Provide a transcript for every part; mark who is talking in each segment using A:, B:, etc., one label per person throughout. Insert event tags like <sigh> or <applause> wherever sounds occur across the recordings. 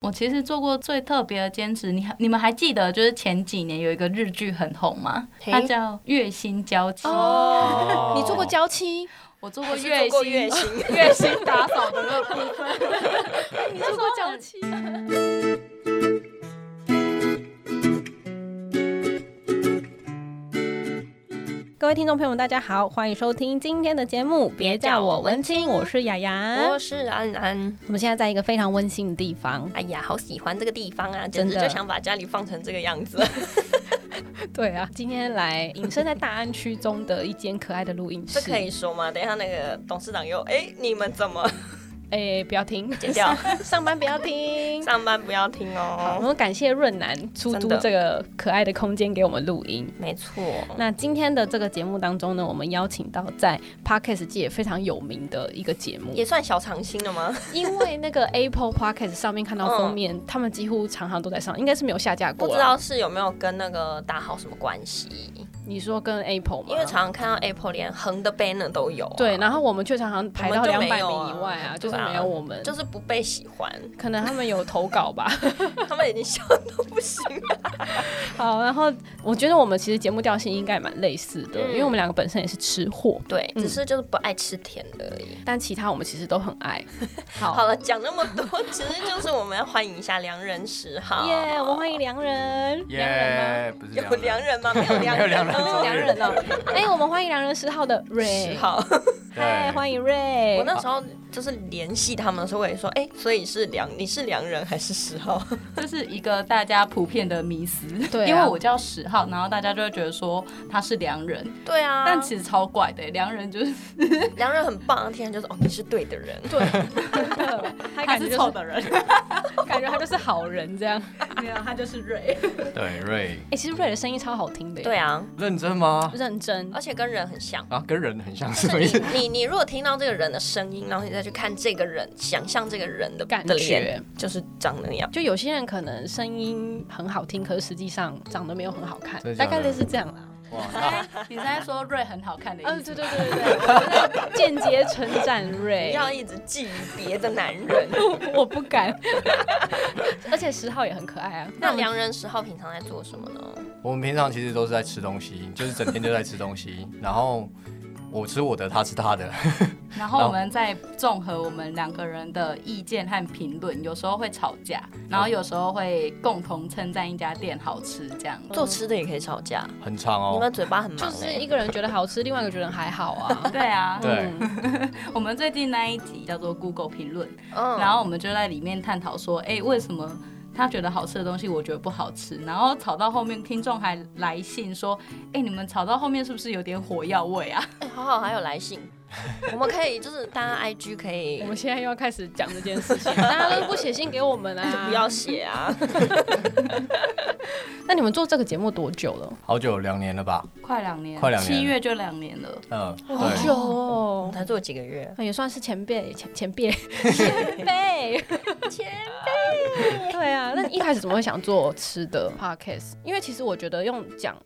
A: 我其实做过最特别的兼职，你还你们还记得就是前几年有一个日剧很红吗？
B: 嘿
A: 它叫《月薪娇妻》，
B: 哦，你做过娇妻，
A: 我做过
C: 我是做
A: 月
C: 过
A: 薪，
C: 月薪，
B: <laughs>
D: 月薪
C: <laughs>
D: 打扫的那部分。
A: 你做过娇妻。
B: 各位听众朋友们，大家好，欢迎收听今天的节目。别叫我文青，我是雅雅。
C: 哦我是安安。
B: 我们现在在一个非常温馨的地方。
C: 哎呀，好喜欢这个地方啊，简直
B: 真的
C: 就想把家里放成这个样 <laughs> 子。
B: 对啊，今天来隐身在大安区中的一间可爱的录音室。
C: 这可以说吗？等一下那个董事长又哎，你们怎么
B: 哎、不要听，
C: 剪掉？
B: <laughs> 上班不要
C: <laughs>
B: 听。
C: 上班不要听
B: 好，我
C: 哦。
B: 们感谢润南出租
C: 真的
B: 这个可爱的空间给我们录音。
C: 没错，
B: 那今天的这个节目当中呢，我们邀请到在 podcast 界非常有名的一个节目，
C: 也算小长青了吗？
B: 因为那个 Apple podcast 上面看到封面，他们几乎常常都在上，应该是没有下架过
C: 不啊
B: 啦。
C: 知道是有没有跟那个大号什么关系？
B: 你说跟 Apple 吗？
C: 因为常常看到 Apple 连横的 banner 都有啊、
B: 对，然后我们却常常排到
C: 我
B: 两
C: 们就没
B: 百
C: 有啊
B: 米以外啊，就是
C: 对啊
B: 没有我们，
C: 就是不被喜欢， <laughs>
B: 可能他们有投稿吧。
C: 他们已经笑到不行了。
B: 好，然后我觉得我们其实节目调性应该也蛮类似的，
C: 嗯
B: 因为我们两个本身也是吃货，
C: 对，
B: 嗯
C: 只是就是不爱吃甜的而已。
B: 但其他我们其实都很爱。好
C: 好了，讲那么多，其实就是我们要欢迎一下良人十号。
B: <laughs> 耶我们欢迎良人，
D: 耶、
B: 良人吗？
D: 不是
C: 有良
D: 人，
C: 人吗？没有良人
D: 没有
C: 哦，
B: 良人哦，哎、我们欢迎良人十号的
C: 十
B: Ray，
C: 号。
B: 嗨，
D: 迎。
B: 欢迎 Ray。
C: 我
B: <laughs>
C: 那时候就是联系他们的时候，我也说，哎、所以是良，你是良人还是十号？ <laughs>
A: 这是一个大家普遍的迷思，
B: 对啊
A: 因为我叫十号，然后大家就会觉得说他是良人，
C: 对啊，
A: 但其实超怪的，良人就是
C: 良人很棒，天然就是哦，你是对的人。
B: 他
A: 他
B: 感觉
A: 是
B: 就
A: 臭的人，
B: 感觉他就是好人这样。
A: 没有他就是瑞。
D: 对，瑞，
B: 哎、其实 Ray 的声音超好听的，
C: 对，啊，
D: 认真吗？
B: 认真
C: 而。且跟人很像。
D: 啊，跟人很像，什么
C: 就
D: 意
C: 是
D: 思？
C: 你你你如果听到这个人的声音，然后你再去看这个人，想象这个人的
B: 感
C: 的脸
B: 觉，
C: 就是长那样。
B: 就有些人可能声音很好听，可是实际上长得没有很好看
D: 真，的
B: 大
D: 假的
B: 概类似这样啦。
D: 哇，
A: 你是在说瑞很好看
B: <laughs>
A: 的意
B: 嗯，
A: 思
B: 对对对对对， <laughs> 我在间接称赞
C: 不
B: Ray，
C: 要一直觊觎别的男人。
B: <laughs> 我不敢。 <laughs> 而且十号也很可爱啊，
C: 那良人十号平常在做什么呢？
D: <laughs> 我们平常其实都是在吃东西，就是整天就在吃东西， <laughs> 然后我吃我的，他吃他的。 <laughs>
A: 然后我们再综合我们两个人的意见和评论，有时候会吵架，然后有时候会共同称赞一家店好吃，这样。
C: 做吃的也可以吵架。
D: 很长
C: 你
D: 哦。
C: 们嘴巴很忙
B: 就是
C: 哎、
B: 一个人觉得好吃，另外一个觉得还好啊。
A: <laughs> 对啊，
D: 对，
A: 我们最近那一集叫做 Google 评论，
C: 嗯
A: 然后我们就在里面探讨说，哎、为什么他觉得好吃的东西，我觉得不好吃？然后吵到后面，听众还来信说，哎、你们吵到后面是不是有点火药味啊？
C: 哎好好，还有来信，我们可以就是大家 IG 可以
B: <laughs> 我们现在又要开始讲这件事情，大家都不写信给我们啊！
C: 不要。写啊，
B: 那你们做这个节目多久了？
D: 好久两年了吧？
A: 快两年，
D: 快两年了
A: 七月就两年了。
D: 嗯，
B: 好
D: 对，
B: 久哦
C: 我，才做几个月，
B: 那也算是前辈，前前
D: <laughs>
B: 辈，前辈。
C: 天，
B: 对啊，那你一开始怎么会想做吃的 podcast？因为其实我觉得用讲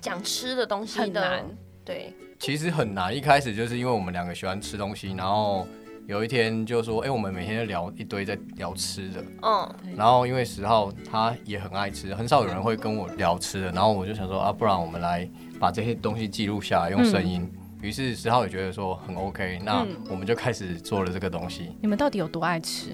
C: 讲吃的东西
B: 很
C: 的
B: 难，，
C: 对，
D: 其实很难。一开始就是因为我们两个喜欢吃东西，然后有一天就说，哎、我们每天在聊一堆在聊吃的，
C: 嗯，
D: 然后因为十号他也很爱吃，很少有人会跟我聊吃的，然后我就想说啊，不然我们来把这些东西记录下来，用
A: 嗯
D: 声音。于是十号也觉得说很 OK，那
B: 嗯
D: 我们就开始做了这个东
A: 嗯
D: 西。
B: 你们到底有多爱吃？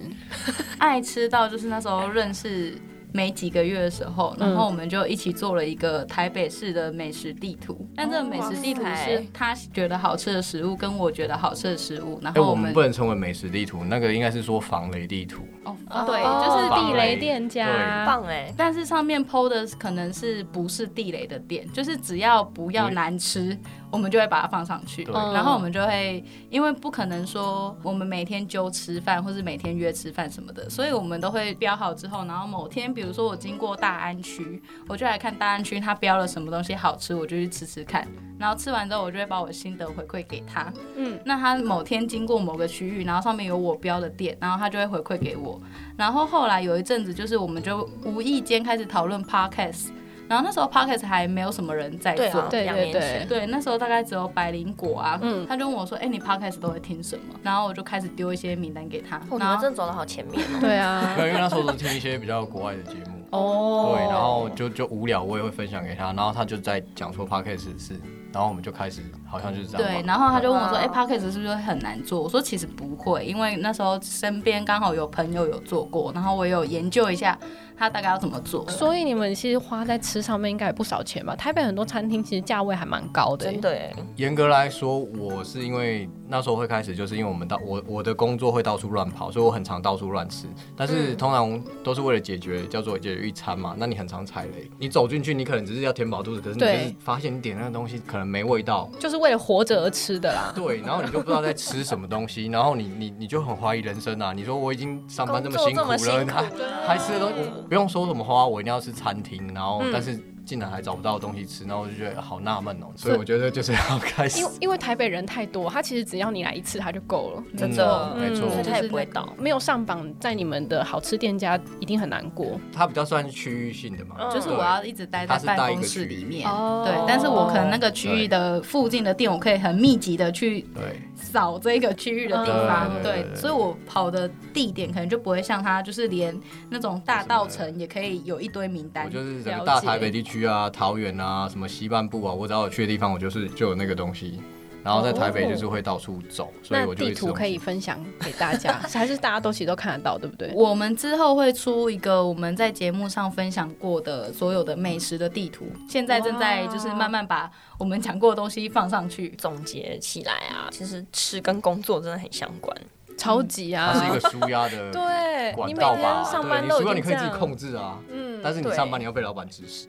A: 爱吃到就是那时候认识没几个月的时候，
B: 嗯
A: 然后我们就一起做了一个台北市的美食地图。但这个美食地图
C: 哦哇塞
A: 是他觉得好吃的食物跟我觉得好吃的食物，然
D: 哎、
A: 后
D: 我
A: 我
D: 们
A: 们
D: 不能称为美食地图，那个应该是说防雷地图。
A: 哦
C: 哦
A: 对，
B: 哦
A: 就是
D: 防
A: 地
B: 地
A: 雷。
B: 雷店家。
C: 棒哎、
A: 但是上面 PO 的可能是不是地雷的店，就是只要不要
D: 嗯
A: 难吃，我们就会把它放上去。
D: 对
B: 嗯
A: 然后我们就会，因为不可能说我们每天揪吃饭，或是每天约吃饭什么的，所以我们都会标好之后，然后某天，比如说我经过大安区，我就来看大安区它标了什么东西好吃，我就去吃吃看。然后吃完之后，我就会把我心得回馈给他。
B: 嗯
A: 嗯，那他某天经过某个区域，然后上面有我标的店，然后他就会回馈给我。然后后来有一阵子，就是我们就无意间开始讨论 podcast。然后那时候 Pocket 还没有什么人在
C: 对
A: 做
C: 啊，，
B: 对
C: 两
B: 对
C: 年
B: 对
C: 前
A: 对，那时候大概只有百灵果啊，
B: 嗯
A: 他就问我说：“哎、你 podcast 都会听什么？”然后我就开始丢一些名单给他，
C: 我哦你
A: 然
C: 们
A: 后
C: 真的走的好前面哦。
B: 对啊
A: 嗯
D: 没，有因为那时候都听一些比较国外的节
A: <laughs>
D: 目，
B: 哦，
D: 对，然后就就无聊，我也会分享给他，然后他就在讲说 podcast 是，然后我们就开始好像就是这样吧。
A: 对，然后他就问我说：“哎、
C: 哇
A: p o d c a s t 是不是很难做？”我说：“其实不会，因为那时候身边刚好有朋友有做过，然后我也有研究一下他大概要怎么做。”
B: 所以你们其实花在吃上面应该也不少钱吧？台北很多餐厅其实价位还蛮高的耶，
C: 真的哎，
D: 严格来说，我是因为那时候会开始，就是因为我们到我我的工作会到处乱跑，所以我很常到处乱吃。但
C: 嗯
D: 是通常都是为了解决叫做解决一餐嘛，那你很常踩雷。你走进去，你可能只是要填饱肚子，可是你就
B: 对
D: 是发现你点那个东西可能没
C: <laughs>
D: 味道，
B: 就是为了活着而吃的啦。
D: 对，然后你就不知道在吃什么东西，然后你你你就很怀疑人生啊！你说我已经上班这么辛苦
C: 工作这
D: 了，
C: 么辛苦
D: 还
C: 了
D: 还吃的东西，我不用说什么花，我一定要吃餐厅，然后、
C: 嗯
D: 但是竟然还找不到东西吃，然后我就觉得好纳闷哦。所以我觉得就是要开始
B: 因为因为台北人太多，他其实只要你来一次他就够了。
C: 真
D: 嗯
C: 的
D: 没错
C: 所以，
A: 嗯
C: 他也不会倒。
B: 没有上榜，在你们的好吃店家一定很难过。
D: 它比较算是区域性的嘛，
C: 嗯
A: 就是我要一直待在
D: 他是带一个
A: 办公室里面
B: 区域哦，
A: 对，但是我可能那个区域的附近的店，我可以很密集的去
D: 对
A: 扫这个区域的地方，
D: 嗯
A: 对，所以我跑的地点可能就不会像他，就是连那种大道城也可以有一堆名单
D: 我。就是整
B: 了
D: 个大
B: 解
D: 台北地区啊、桃园啊、什么西半部啊，我只要有去的地方，我就是就有那个东西。然后在台北就是会到处走，所以
B: 嗯那
D: 我就
B: 地
D: 一直
B: 图
D: 用
B: 可以分享给大 <laughs> 家，还是大家都其实都看得到，对不对？
A: 我们之后会出一个我们在节目上分享过的所有的美食的地图，现在正在就是慢慢把我们讲过的东西放上去。
C: 总结起来啊，其实吃跟工作真的很相关。
B: 超级
D: 它是一
B: 啊，
D: 个舒压
B: <laughs>
D: 的
B: 对，
D: 管
B: 你每
D: 道
B: 天
D: 吧？
B: 上
D: 对，
B: 班
D: 你
B: 都
D: 输
B: 已
D: 掉你
B: 经这
D: 可以自己控
B: 样。
D: 制啊。
B: 嗯，
D: 但是你
C: 对
D: 上班你要被老板指使，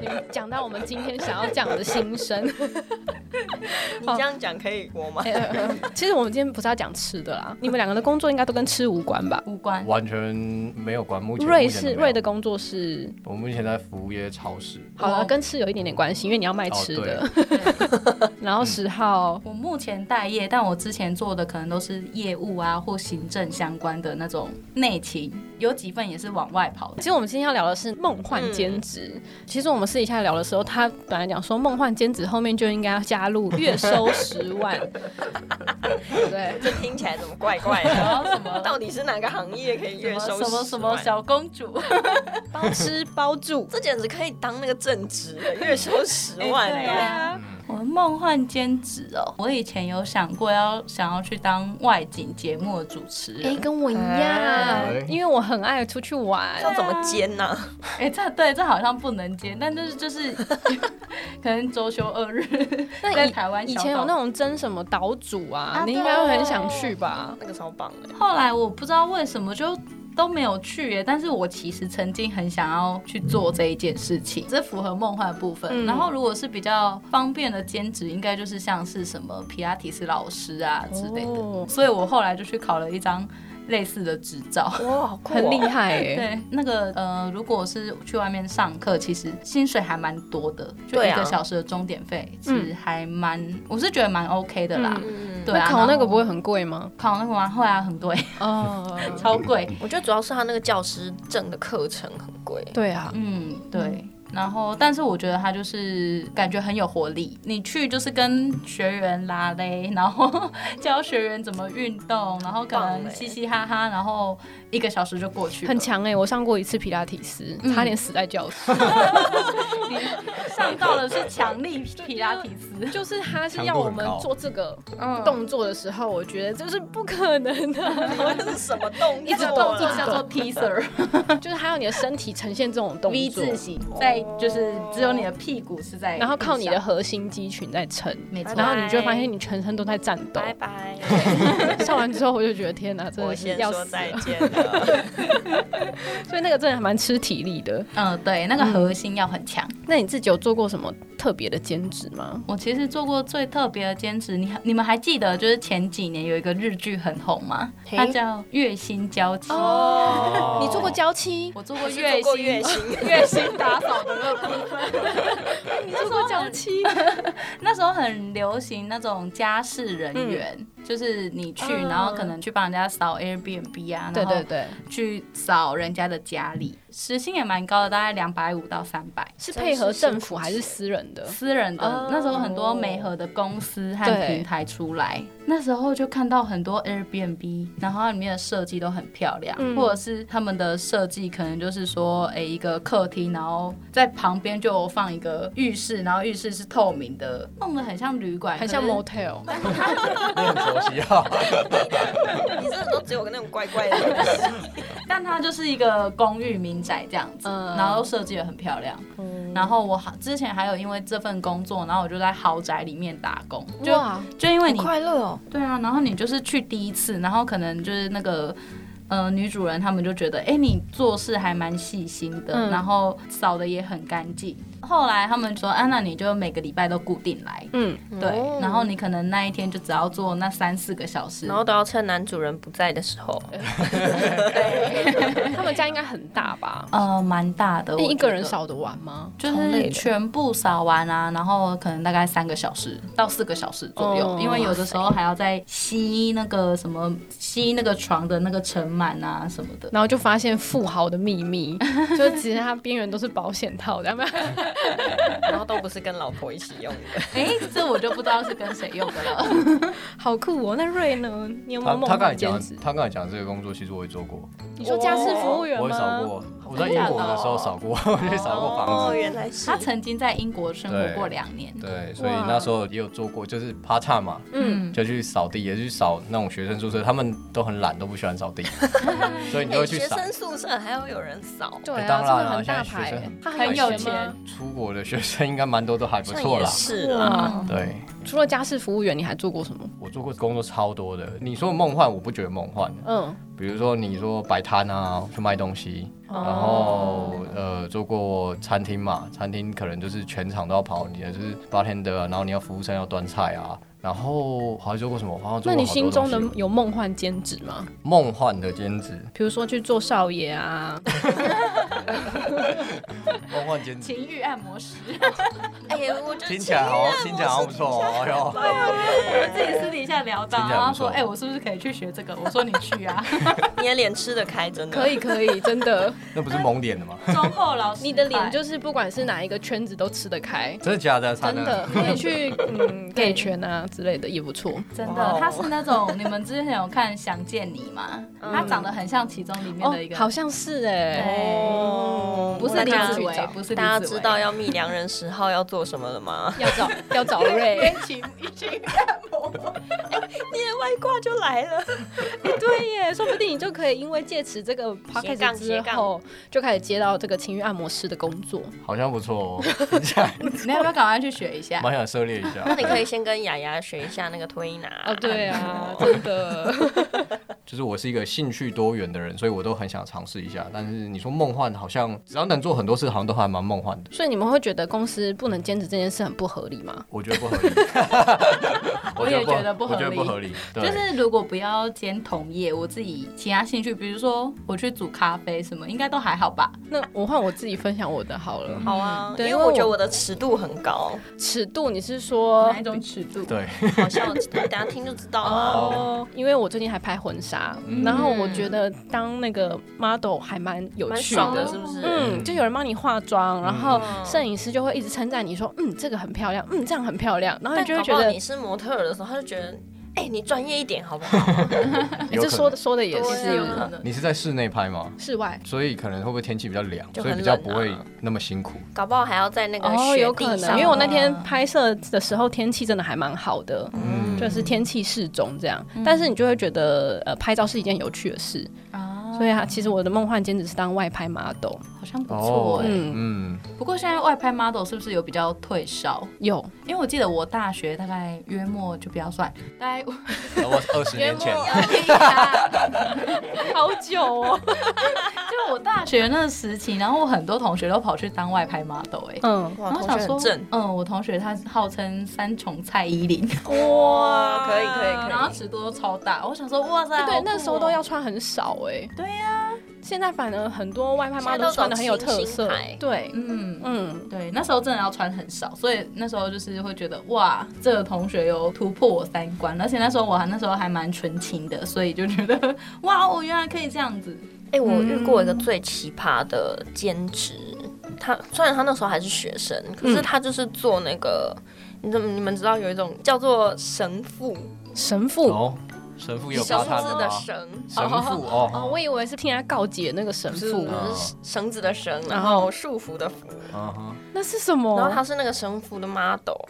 B: 你们讲到我们今天想要讲的心声，
C: 你这样讲可以过
B: 哎
C: 吗？
B: <laughs> 其实我们今天不是要讲吃的啦，你们两个的工作应该都跟吃无关吧？
A: 无关，
D: 完全没有关。目前
B: 瑞
D: 目前都
B: 士
D: 没有
B: 瑞的工作是
D: 我们目前在服务业超市。
B: 好了，
A: 我
B: 跟吃有一点点关系，因为你要卖吃的。
D: 哦
B: <laughs> 然后十号，
A: 我目前待业，但我之前做的可能都是业务啊或行政相关的那种内勤，有几份也是往外跑的
B: <laughs> 其。实我们今天要聊的是梦幻兼职。其实我们私底下聊的时候，他本来讲说梦幻兼职后面就应该要加入月收十 <laughs> 万，对不对？
C: 这听起来怎么怪
A: <laughs>
C: 怪
A: 然
C: 的？
A: 后什么
C: 到底是哪个行业可以
A: 什
C: 月
A: 么
C: 收
A: 什么什
C: 10
A: 么
C: 万？
A: 小公主，
B: 包吃包住，
C: 这简直可以当那个正职了，月收十万
A: 哎
C: 哎、
A: 对啊我梦幻兼职哦，我以前有想过要想要去当外景节目的主持
B: 哎，
A: 人，
B: 跟我一
D: 哎
B: 样，因为我很爱出去玩。
C: 要怎么兼呢、
A: 哎、这对这好像不能接，但就是就是 <laughs> 可能周休二日
B: <laughs> 那以
A: 在台湾
B: 以
A: 小岛
B: 前有那种争什么岛主啊，
A: 啊
B: 你应该会很想去吧？
C: 那个超棒的，
A: 后来我不知道为什么就都没有去耶，但是我其实曾经很想要去做这一件事情，这符合梦幻的部分。
B: 嗯
A: 然后如果是比较方便的兼职，应该就是像是什么皮拉提斯老师啊之类的。
B: 哦
A: 所以我后来就去考了一张类似的执照。
C: 哇，好酷、哦
B: 很厉害 <laughs> 哎、
A: 对，那个呃，如果是去外面上课，其实薪水还蛮多的，就
C: 对
A: 一
C: 啊
A: 个小时的钟点费，其实还蛮，我是觉得蛮 OK 的啦。
B: 嗯
C: 嗯，
A: 对啊，
B: 那考那
A: 然
B: 个
A: 后
B: 不会很贵吗？
A: 考那个吗？后来
B: <laughs>
A: 很贵，
B: 哦，
A: 超贵。
C: 我觉得主要是他那个教师证的课程很贵，
B: 对啊，
A: 嗯，对。然后，但是我觉得他就是感觉很有活力。你去就是跟学员拉嘞，然后 <laughs> 教学员怎么运动，然后可
C: 棒
A: 能
C: 欸
A: 嘻嘻哈哈，然后一个小时就过去了
B: 很。强哎、我上过一次皮拉提斯，
A: 嗯
B: 差点死在教室。
A: 上到的是强力皮拉提斯，
B: <laughs> 就是他是
D: 强
B: 要
D: 度
B: 我
D: 很
B: 们
D: 高
B: 做这个
A: 嗯，
B: 动作的时候，我觉得这是不可能的，
C: <laughs>
B: <laughs>
C: 这是什么动啊
A: 一直动作叫做 teaser
B: 就是还有你的身体呈现这种动
A: V
B: 作，
A: 字形，在就是只有你的屁股是在，
B: 然后靠你的，核心肌群在撑，
A: 没错
B: 然。后你就会发现你全身都在战斗。
C: 拜 <laughs> 拜，
B: 上完之后我就觉得天哪，真
C: 我
B: 的是
C: 先
B: 要
C: 说
B: 死
C: 再 <laughs>
B: 了。
C: 见了。
B: 所以那个真的还蛮吃体力的。
A: 嗯，对，那个核心要很强。
B: 那你自己有做过什么特别的兼职吗？
A: 我其实做过最特别的兼职，你你们还记得就是前几年有一个日剧很红吗？
C: 嘿
A: 它叫《月薪娇妻》。
B: 哦，你做过娇妻，
A: 我做过
C: 是
A: 月
C: 做过
A: 薪 <laughs>
C: 月薪
A: 月薪打扫的那个部分，你
B: 做过娇妻，
A: <laughs> 那时候很流行那种家事人员，就是你去，
B: 嗯
A: 然后可能去帮人家扫 Airbnb 啊，
B: <laughs> 对
A: 然后
B: 对对，
A: 去扫人家的家里。时薪也蛮高的，大概两百五到三百。
B: <laughs> 是
C: 真
B: 配合
C: 是辛
B: 政
C: 苦
B: 府还是
C: 起
B: 私人的？
A: 私人的、
C: 哦
A: 那时候很多美和的公司和
B: 对
A: 平台出来，那时候就看到很多 Airbnb，然后它里面的设计都很漂亮，
B: 嗯
A: 或者是他们的设计可能就是说，诶、一个客厅，然后在旁边就有放一个浴室，然后浴室是透明的，弄得很像旅馆，
B: 很像
A: 可是
B: motel，
D: 你很熟悉
B: <laughs>
D: 啊。
C: 你真的都只有那种怪怪的东西。
A: 但它就是一个公寓民宅这样子，
B: 嗯
A: 然后设计的很漂亮。然后我好之前还有因为这份工作，然后我就在豪宅里面打工，就
B: 哇，
A: 就因为你
C: 快乐哦，
A: 对啊，然后你就是去第一次，然后可能就是那个。呃，女主人他们就觉得，哎、你做事还蛮细心的，
B: 嗯
A: 然后扫的也很干净。后来他们说，安、娜你就每个礼拜都固定来，
B: 嗯，
A: 对，
C: 哦
A: 然后你可能那一天就只要做那三四个小时，
C: 然后都要趁男主人不在的时候。
B: 他们家应该很大吧？
A: 呃，蛮大的，
B: 那一
A: 我觉
B: 个人
A: 得
B: 扫得完吗？
A: 就
C: 超累
A: 是
C: 的
A: 全部扫完啊，然后可能大概三个小时到四个小时左右，
B: 哦
A: 因为有的时候还要再吸那个什么吸那个床的那个尘螨啊什么 <laughs> 的。
B: 然后就发现富豪的秘 <laughs> 密，就是其实它边缘都是保险套的，有没有
C: 然后都不是跟老婆一起用的，
A: 哎、这我就不知道是跟谁用的 <laughs> 了。
B: <laughs> 好酷哦。那瑞呢？你有没
D: 他
B: 有梦
D: 他刚才
B: 幻
D: 讲
B: 兼职，？
D: 他刚才讲这个工作，其实我也做过，
B: 你说家事服务员吗？
D: <laughs> 我也扫过。我在英国的时候扫过， <laughs> 我也扫过房
C: 哦，
D: 子。
C: 原来是
A: 他曾经在英国生活过两年，
D: 对，所以那时候也有做过，就是趴叉嘛，
A: 嗯，
D: 就去扫地，也去扫那种学生宿舍，他们都很懒，都不喜
C: <laughs>
D: 欢扫地，所以你就
C: 哎
D: 会去
C: 学
D: 扫。
C: 生宿舍还会有人扫，
B: 对啊，
D: 当
B: 真
D: 然
B: 的很
D: 啊
B: 大
D: 现在
B: 牌
D: 学
B: 欸
D: 生，
B: 他
A: 很
B: 很
A: 有
B: 有钱吗
A: 钱。
D: 出国的学生应该蛮多都还不
C: 像
D: 错
C: 也
D: 啦。
C: 是哦啦。
B: 哇
D: 对，
B: 除了家事服务员，你还做过什么？
D: 我做过工作超多的。你说梦幻，我不觉得梦幻。
B: 嗯，
D: 比如说你说摆摊啊，去卖东西，
B: 哦
D: 然后呃做过餐厅嘛，餐厅可能就是全场都要跑，你的就是 bartender，啊然后你要服务生要端菜啊，然后好像做过什么？我好像做
B: 那
D: 过
B: 你
D: 好多
B: 心中的
D: 东西
B: 有梦幻兼职吗？
D: 梦幻的兼职，
B: 比如说去做少爷啊， <laughs>
D: 梦幻兼职
A: 情欲按摩师，
C: 哎呀，我觉得
D: 听起来好，听起来好像不错哦，哎呦。
B: 啊
A: 我们 <laughs> 自己私底下聊到，
D: <laughs> 听起来
A: 然后
D: 不
A: 说，
D: 错
A: 哎、我是不是可以去学这个？我说你去 <laughs> 啊，
C: 你的脸吃得开，真的
B: 可以可以，真的，
D: 那不是蒙脸的吗？
A: 忠厚老实派，
B: <laughs> 你的脸就是不管是哪一个圈子都吃得开。
D: 真的假的？
B: 真的
D: <laughs>
B: 可以去嗯 gay 圈啊之类的也不错。
A: 真
C: 哇
A: 的
C: 哦，
A: 他是那种你们之前有看《想见你》吗？他长得很像其中里面的一个，
B: 好像是哎、
A: 对，
C: 哦
A: 不是
C: 大
A: 李
C: 家
A: 子
B: 去找
A: 维，不是李
C: 大家
A: 子
C: 知
A: 维， <laughs>
C: 道要密良人十号要做什么了 <laughs> 吗？
B: 要 <laughs> 找要找瑞，
A: <laughs> 情情
C: 你的外挂就来了，
B: <laughs> 对耶，说不定你就可以因为借此这个
C: 斜杠
B: podcast 之
C: 斜杠
B: 后，就开始接到这个情欲按摩师的工作。
D: 好像不
B: <laughs>
D: 错哦，听起来
A: 你要不要赶快去学一下？
D: 蛮想涉猎
B: <laughs>
D: 一下。
C: 那你可以先跟雅雅学一下那个推拿。
B: 哦，对啊，真的，
D: 就是我是一个兴趣多元的人，所以我都很想尝试一下。但是你说梦幻，好像只要能做很多事，好像都还蛮梦幻的。
B: <laughs> 所以你们会觉得公司不能兼职这件事很不合理吗？
D: 我觉得不合理，
A: 我也觉得不合理
D: 我觉得不合理。 <laughs> 对，
A: 就是如果不要兼同业，我自己其他兴趣，比如说我去煮咖啡什么，应该都还好吧？
B: 那我换我自己分享我的好了。
C: 好啊，因
B: 对
C: 为
B: 因为
C: 我觉得
B: 我
C: 我的尺度很高，
B: 尺度，你是说
A: 哪一种尺度？
D: 对，
C: 好 <laughs> 笑，大家听就知道啊了。
B: 哦，因为我最近还拍婚纱，
C: 嗯
B: 然后我觉得当那个 model 还蛮有
C: 蛮
B: 趣
C: 爽的，
B: 的。
C: 是不是？
B: 嗯，就有人帮你化妆，然后
C: 嗯
B: 摄影师就会一直称赞你说，嗯，这个很漂亮，嗯，这样很漂亮，然后
C: 但
B: 你就会
C: 搞
B: 觉
C: 不好
B: 得
C: 你，是模特儿的时候，他就觉得，哎、你专业一点好不 <laughs> 好？
B: 哎
D: 有
B: 这
D: 可
B: 说的
D: 能。
B: 说的也
C: 对
B: 是有
C: 啊
B: 可能。
D: 你是在室内拍吗？
B: 室外
D: 所以可能会不会天气比较凉，
C: 就
D: 所以
C: 很
D: 比
C: 冷啊
D: 较不会那么辛苦。
C: 搞不好还要在那个
B: 哦，
C: 雪
B: 有可
C: 地
B: 能，
C: 上，
B: 因为我那天拍摄的时候天气真的还蛮好的，
D: 嗯，
B: 就是天气适中这样。
C: 嗯
B: 但是你就会觉得，呃，拍照是一件有趣的事，
C: 哦
A: 啊，
B: 所以啊，其实我的梦幻兼职是当外拍 model。
A: 好像不错哎、
B: 嗯，
D: 嗯，
A: 不过现在外拍 model 是不是有比较退烧？
B: 有
A: 因为我记得我大学大概约莫就不要算，大概
D: 然后二十年前，
B: 好久哦。
A: 就我大学那个时期，然后我很多同学都跑去当外拍 model 哎、
B: 嗯，
C: 哇，
A: 然后我
C: 同学
A: 想说
C: 很正，，
A: 嗯，我同学他号称三重蔡依林，
C: 哇，可以可以可以，
A: 然后尺度都超大，我想说哇塞，
B: 哎对
A: 好，酷哦
B: 那时候都要穿很少哎。对呀，现在反而很多外拍
C: 现在
B: model
C: 都
B: 穿的很有
C: 走
B: 特
C: 清新
B: 色
C: 派。
B: 对，
A: 嗯。
B: 嗯。
A: 对，那时候真的要穿很少，所以那时候就是会觉得哇，这个同学有突破我三哦观，而且那时候我还那时候还蛮纯情的，所以就觉得哇，我原来可以这样子。
C: 哎、我遇过一
B: 嗯
C: 个最奇葩的兼职，他虽然他那时候还是学生，可
B: 嗯
C: 是他就是做那个，你怎么你们知道有一种叫做神父，
B: 神父
D: 哦，神父有
C: 绳
D: 发炭
C: 子的
D: 吗？
C: 绳，
D: 神父
B: 哦，
D: 哦，
B: 我以为是听他告解那个神
C: 是
B: 父，哦嗯
C: 是绳子的绳，然
B: 然
C: 后
B: 后
C: 束缚的缚，
D: 嗯哼，
B: 那是什
C: 然后
B: 么？
C: 他是那个神父的 model，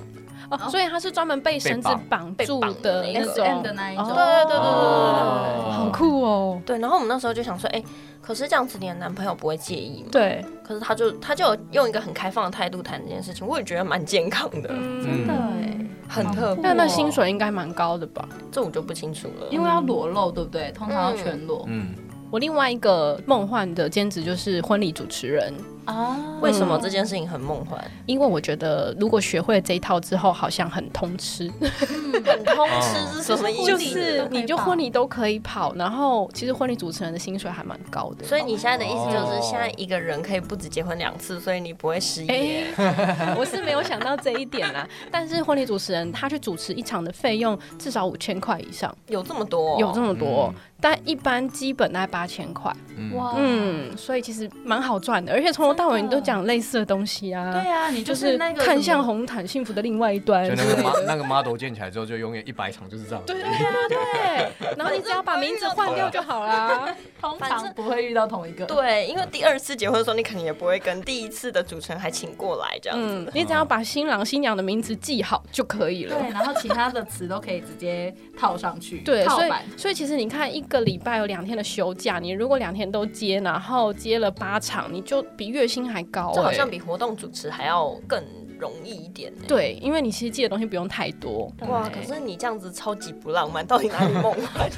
B: 哦，所以他是专门被绳子绑住的
C: 被绑被绑的那
B: 那
C: 种
B: 种
A: SM 的那一种
B: 哦
C: 对对对对对对对。
B: 好酷哦。
C: 对，然后我们那时候就想说，哎、可是这样子你的男朋友不会介意吗？
B: 对，
C: 可是他就他就有用一个很开放的态度谈这件事情，我也觉得蛮健康的，
D: 真的
A: 对，
C: 很特别。
B: 嗯
C: 哦
B: 那那薪水应该蛮高的吧？
C: 这我就不清楚了，
A: 因为要裸露，对不对？通常要全裸
D: 嗯，
B: 我另外一个梦幻的兼职就是婚礼主持人，嗯
A: 啊
C: 为什么这件事情很梦幻？
B: 因为我觉得如果学会了这一套之后，好像很通吃，
C: 很通吃是哦什么意思？
B: 就是你就
A: 都可以跑
B: 婚礼都可以跑，然后其实婚礼主持人的薪水还蛮高的。
C: 所以你现在的意思就是，
D: 哦
C: 现在一个人可以不止结婚两次，所以你不会失业。
B: 哎、我是没有想到这一点啦。 <laughs> 但是婚礼主持人他去主持一场的费用至少五千块以上，
C: 有这么多哦、
B: 有这么多，
D: 嗯
B: 但一般基本大概八千块。
D: 嗯
A: 哇？
B: 嗯，所以其实蛮好赚的，而且从头到尾你
A: 真的
B: 都讲类似的东西啊。
A: 对啊，你就
B: 就
A: 是
B: 是
A: 那个
B: 看向
A: 红。
B: 红毯幸福的另外一端
D: 就
B: 之类
D: 那个 mo-
B: 的。
D: 那个 model 建起来之后，就永远一百场就是这样。
B: 对对对对， <laughs> 然后你只要把名字换掉就好 <laughs> 啦。
A: 通
C: 反
A: 常
C: 正
A: 不会遇到同一个。
C: 对，因为第二次结婚的时候，你可能也不会跟第一次的主持人还请过来这样子。
B: 嗯，你只要把新郎新娘的名字记好就可以了。
A: 对，然后其他的词都可以直接套上去，
B: 对，
A: 套
B: 所以
A: 版。
B: 所以其实你看，一个礼拜有两天的休假，你如果两天都接，然后接了八场，你就比月薪还高、欸。
C: 这好像比活动主持还要更容易一点呢。
B: 对，因为你其实记的东西不用太多。
C: 哇，可是你这样子超级不浪漫，到底哪里梦 <laughs> 幻？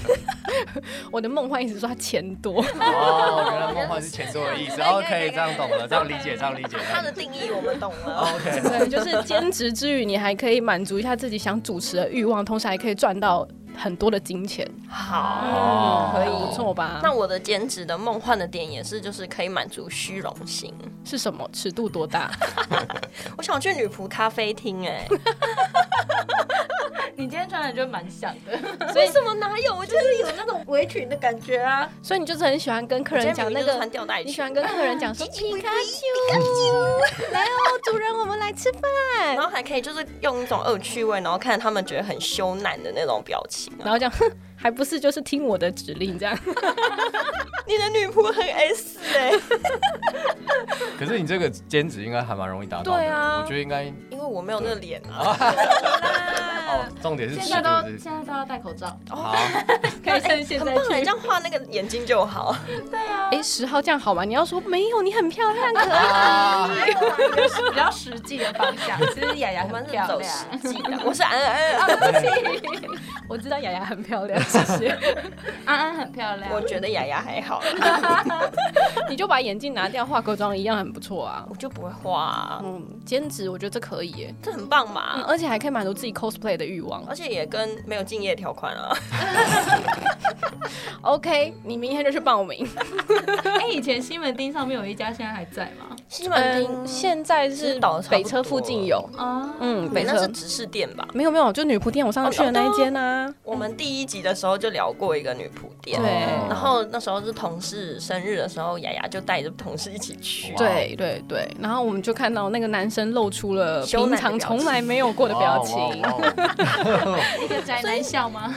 B: 我的梦幻一直说他钱多，
D: 哦，原来梦幻是钱多的意思。
C: 可以可
D: OK，
C: 以
D: 这样懂了，这样理解，这样理解。
C: 它的定义我们懂 <laughs> 了。
D: OK，
B: 对，就是兼职之余，你还可以满足一下自己想主持的欲望，同时还可以赚到很多的金钱。
C: 好，
D: 哦
B: 可以，不错吧？
C: 那我的兼职的梦幻的点也是，就是可以满足虚荣心。
B: 是什么？尺度多大？
C: 我想去女仆咖啡厅，哎，
A: 你今天穿的就蛮像的，
C: 为什么哪有？我就是有那种围裙的感觉啊。
B: 所以你就是很喜欢跟客人讲那
C: 我今天明明就是穿
B: 个，
C: 吊带
B: 你喜
C: 裙，
B: 欢跟客人讲说皮
C: <laughs>
B: 卡丘，来哦，主人，我们来吃饭。
C: 然后还可以就是用一种恶趣味，然后看他们觉得很羞赧的那种表情啊。
B: 然后讲，哼， <laughs> 还不是就是听我的指令这样。
C: 你的女仆很 S 哎，
D: 可是你这个兼职应该还蛮容易达到的。
B: 对啊
D: 我觉得应该。
C: <laughs> 因为我没有那个脸啊。
D: 哦，重点是尺
A: 现在都
D: 度是。
A: 现在都要戴口罩。
D: 好，啊
B: 可以趁现
C: 很
B: 在
C: 棒哎，这
B: 去。
C: 样画那个眼睛就好。
B: 哎，十号这样好吗？你要说没有，你很漂亮，可爱。 <laughs>
A: 比较实际的方向，其实雅雅
C: 我们
A: 很
C: 是
A: 漂
C: 走
A: 亮。
C: 实际的，我是呃安安。
B: 我知道雅雅很漂亮，谢谢。
A: 安安很漂亮，
C: 我觉得雅雅还好啦，
B: 你就把眼镜拿掉，化个妆一样很不错啊。
C: 我就不会画、啊，
B: 嗯，兼职我觉得这可以耶，
C: 这很棒
B: 嗯，
C: 吧？
B: 而且还可以满足自己 cosplay 的欲望。啊
C: 而且也跟没有敬业条款啊，
B: OK，你明天就去报名。
A: 哎，以前西门町上面有一家，现在还在吗？
C: 西门町
B: 嗯，现在是北车附近有，
A: 啊，
B: 嗯，北
C: 那是
B: 车
C: 直视店吧？
B: 没有没有，就女仆店，我上次去的那一间啊，
C: 我们第一集的时候就聊过一个女仆店，
B: 对
D: 哦
C: 然后那时候是同事生日的时候，雅雅就带着同事一起 <laughs> 去，
D: 哇
B: 对对对，然后我们就看到那个男生露出了
C: 羞赧
B: 平
C: 的
B: 常
C: 表情哦
B: 从来没有过的表情，
D: 哇哇哇
A: 一个宅男笑吗？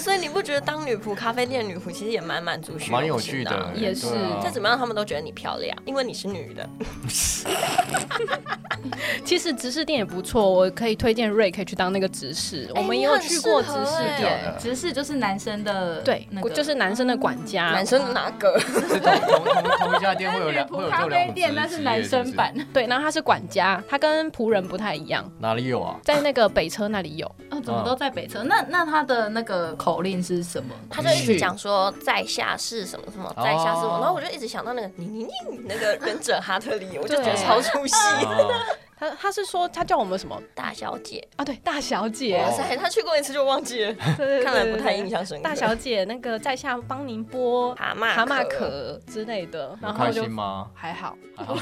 C: 所以你不觉得当女仆咖啡店的女仆其实也蛮满足虚
D: 蛮有
C: 荣心
D: 趣的
C: 啊，
B: 也是
D: 对啊
C: 再怎么样他们都觉得你漂亮，因为你是女的。
B: 其实直视店也不错，我可以推荐瑞可以去当那个直视，我们也有去过直视
C: 你很哎适合
B: 店，
D: 哎
A: 只是就是男生的
B: 对
A: 那个，
B: 就是男生的管家，
C: 男生哪个？
D: 是同同同同一家店会有
A: 女
D: 两会
A: 仆
D: 有
A: 咖
D: 这两
A: 啡
D: 种
A: 店，那
D: 职
A: 是
D: 业
A: 男生版，
B: 对，然后他是管家，他跟仆人不太一样，
D: 哪里有啊？
B: 在那个北车那里有，
A: 啊，怎么都在北侧？
D: 嗯
A: 那那他的那个口令是什么？
C: <laughs> 他就一直讲说在下是什么什么，
D: 哦
C: 在下是什么，然后我就一直想到那个你你你那个忍者哈特利，我就觉得
B: 对
C: 超出戏。
D: 哦啊
B: 他他是说他叫我们什么
C: 大小姐，
B: 啊？对，大小姐，
C: 哇
D: 哦
C: 塞， <laughs> 他去过一次就忘记 <laughs> 了，
B: 对对对
C: 看来不
B: 对
C: 太
B: 对
C: 印象深刻。
B: 大小姐，那个在下帮您剥
C: 蛤蟆
B: 蛤蟆
C: 壳
B: 壳嗯之类的，
D: 有
B: 然后
D: 开
B: 就
D: 心吗？
B: 还好。
D: 啊
A: 我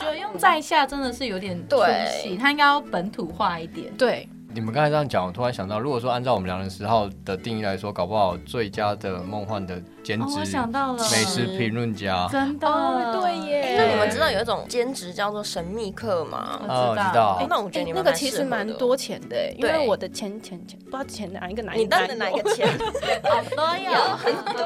A: 觉得用在下真的是有点出
C: 对
A: 戏，他应该要本土化一点。
B: 对，
D: 你们刚才这样讲，我突然想到，如果说按照我们《良人十号》的定义来说，搞不好最佳的梦幻的兼
A: 哦
D: 职、
A: 我想到了
D: 美食评论家。
A: 真的，
B: 哦，对耶，
C: 哎那你们知道有一种兼职叫做神秘客吗？
D: 哦，
A: 我
D: 我
A: 知道
D: 知道
C: 哎，那我觉得
B: 哎
C: 你，们
B: 那个
C: 蛮
B: 其
C: 适
B: 实
C: 合
B: 蛮
C: 的
B: 多钱的，欸因
C: 对
B: 为我的前前前不知道前哪一个哪一个，
C: 你当的哪一？
D: <laughs>
C: 个钱？
A: 好多哟，很多。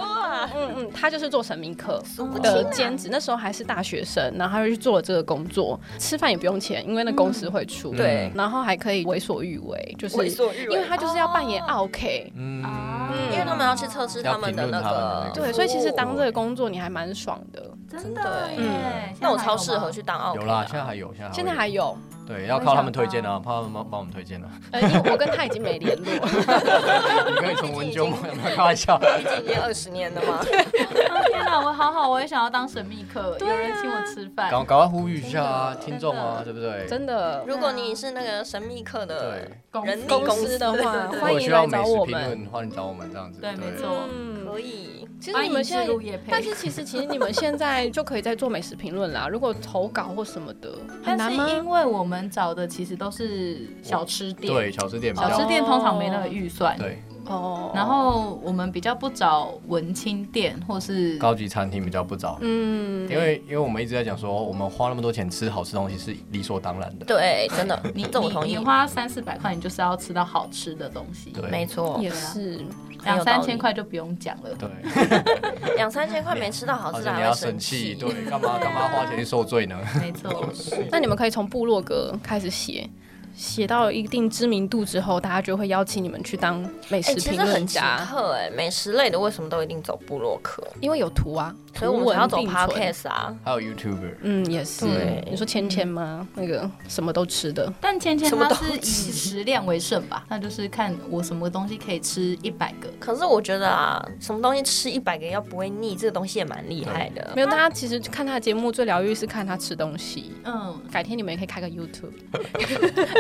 B: 嗯嗯，他就是做神秘客
C: 不
B: 的
C: 清啊
B: 兼职，那时候还是大学生，然后他就去做了这个工作，吃饭也不用钱，因为那公司会出，
C: 对
B: 然后还可以为所欲为，就是
C: 为所欲为，
B: 因为他就是要扮演 OK，
D: 嗯
A: 啊
B: 嗯
C: 因为他们要去测试他们的那
D: 要评论他们的
C: 个
D: 那个，
B: 对，所以其实当这个工作你还蛮爽的。
A: 真
C: 的
A: 的
C: 耶
A: 耶，
C: 那我超适合去。当奥啊
D: 有
C: 客
D: 啦，
C: 的
D: 现在还有，现在
B: 现在还
D: 有，
B: 有，
D: 对，要靠他们推荐啊，怕他们帮帮我们推荐
B: <laughs>
D: 啊。
B: 呃，因为我跟他已经没联络了， <laughs>
D: <laughs> 你可以从文究吗？有没有开玩笑？
C: 毕竟已经二十年了
D: <laughs>
C: 嘛。
D: 啊
A: 天哪，我好好，我也想要当神秘客，有人请我吃饭。
D: 赶赶快呼吁一下啊，听众啊，对不对？
B: 真
C: <laughs>
B: 的。
C: 如果你是那个神秘客的
A: 对
C: 人力
A: 公啊
B: 公司的话，欢
D: 如果
B: 迎
D: 需
B: 来
D: 要美
B: 找
D: 食
B: 我
D: 评
B: 们。
D: 论，欢迎找我们这样子。
A: 对没错
B: 嗯，
C: 可以，
B: 其实你们现
A: 欢迎置入业
B: 在
A: 配，
B: 但是其实其实你们现在就可以在做美食评论啦。如果投稿或什么的，
A: 但
B: 很难
A: 是
B: 吗？
A: 因为我们找的其实都是小吃店，
D: 对，小吃店比
A: 小吃
D: 较
A: 店通常没那个预算，
D: 对，
B: 哦，
A: 然后我们比较不找文青店或是
D: 高级餐厅比较不找，
B: 嗯，
D: 因为因为我们一直在讲说，我们花那么多钱吃好吃东西是理所当然的。
C: 对，真的，
A: 你
C: 这我同
A: 你
C: 意
A: 你，花三四百块，你就是要吃到好吃的东西，
D: 对
C: 没错，
B: 也
C: 很
B: 是，
C: 有
A: 两
C: 道
A: 三千
C: 理
A: 块就不用讲了。
D: 对，
C: 两三千块没吃到好吃
D: 好
C: 的
D: 像你
C: 还
D: 要
C: 会
D: 生
C: 气，
D: 气，对，
B: <laughs>
D: 干嘛干嘛花钱去受罪呢？
A: 没错，
B: 那你们可以从部落格开始写。写到一定知名度之后，大家就会邀请你们去当美
C: 哎，
B: 食
C: 其
B: 评
C: 实很
B: 论
C: 奇
B: 家，
C: 特哎，美食类的为什么都一定走部落客？
B: 因为有图啊，
C: 所以我
B: 图
C: 们
B: 文
C: 才要走
B: 并存
C: podcast 啊。
D: 还有 YouTuber，
B: 嗯，也是
C: 对。嗯
B: 你说芊芊吗？那个什么都吃的，
A: 但芊芊
C: 什么
A: 她
C: 都
A: 是以食量为胜吧，那就是看我什么东西可以吃一百个。
C: 可是我觉得啊，什么东西吃一百个要不会腻，这个东西也蛮厉害的
B: 没。有。大家其实看他的节目最疗愈是看他吃东西。
A: 嗯，
B: 改天你们也可以开个 YouTube，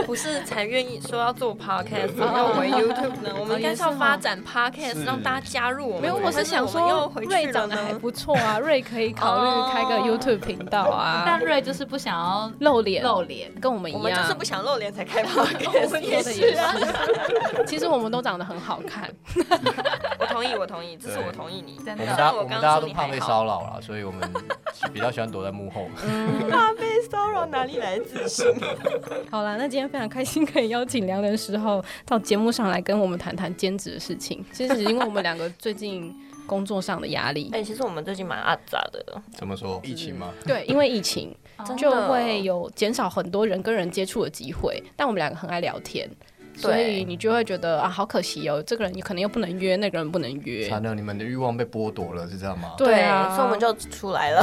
C: 不是才愿意说要做 podcast，要回 YouTube 呢？我们应哦该是要发展 podcast，
D: 是
C: 让大家加入我们。
B: 没有，我是想
C: 但
B: 说
C: 哦我们又回去
B: 瑞
C: 了
B: 长得还
C: 呢。哦
B: 不错啊，瑞可以考虑开个 YouTube 频道啊
A: 但，瑞就是不想要
B: 露脸，
A: 露脸，
B: 跟我们一
C: 我
B: 样，
C: 们就是不想露脸才开 podcast，啊
B: 们说的也啊是。 <laughs> 其实我们都长得很好看，
C: 我同意，我同意，这是
D: 对
C: 我同意你。
A: 真
D: 我们
A: 的。
D: 大
C: 我
D: 我
C: 刚
D: 们大家
C: 说
D: 都
C: 你
D: 怕
C: 还
D: 被
C: 好
D: 骚扰啦，所以我们比较喜欢躲在幕后。 <laughs>
C: 怕被骚扰，哪里来自信？
B: 好啦，那今天非常开心可以邀请良人时候到节目上来跟我们谈谈兼职的事情。其实因为我们两个最近工作上的压力，
C: <laughs> 哎，其实我们最近蛮阿杂的，
D: 怎么说？疫情吗？
B: 对，因为疫情
A: 真
B: 就
C: 的
B: 会有减少很多人跟人接触的机会。但我们两个很爱聊天，所以你就会觉得啊，好可惜哦，这个人你可能又不能约，那个人不能约。
D: 惨了，你们的欲望被剥夺了，是这样吗？
B: 对啊，
C: 所以我们就出来了。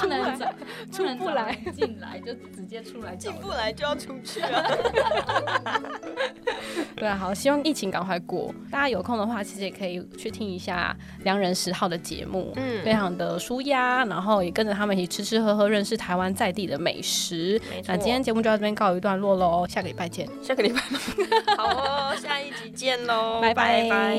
A: 不能找，不能
B: 不
A: 找
B: 来
A: 人进来就直接出来找
C: 进
A: 人。
C: 不来就要出去啊！
B: 对啊，好，希望疫情赶快过。大家有空的话，其实也可以去听一下良人十号的节目，
C: 嗯
B: 非常的舒压，然后也跟着他们一起吃吃喝喝，认识台湾在地的美食
C: <laughs> 没。错
B: 那今天节目就到这边告一段落喽，下个礼拜见。
C: 下个礼拜 <laughs> 好哦，下一集见喽，
B: 拜拜
C: 拜拜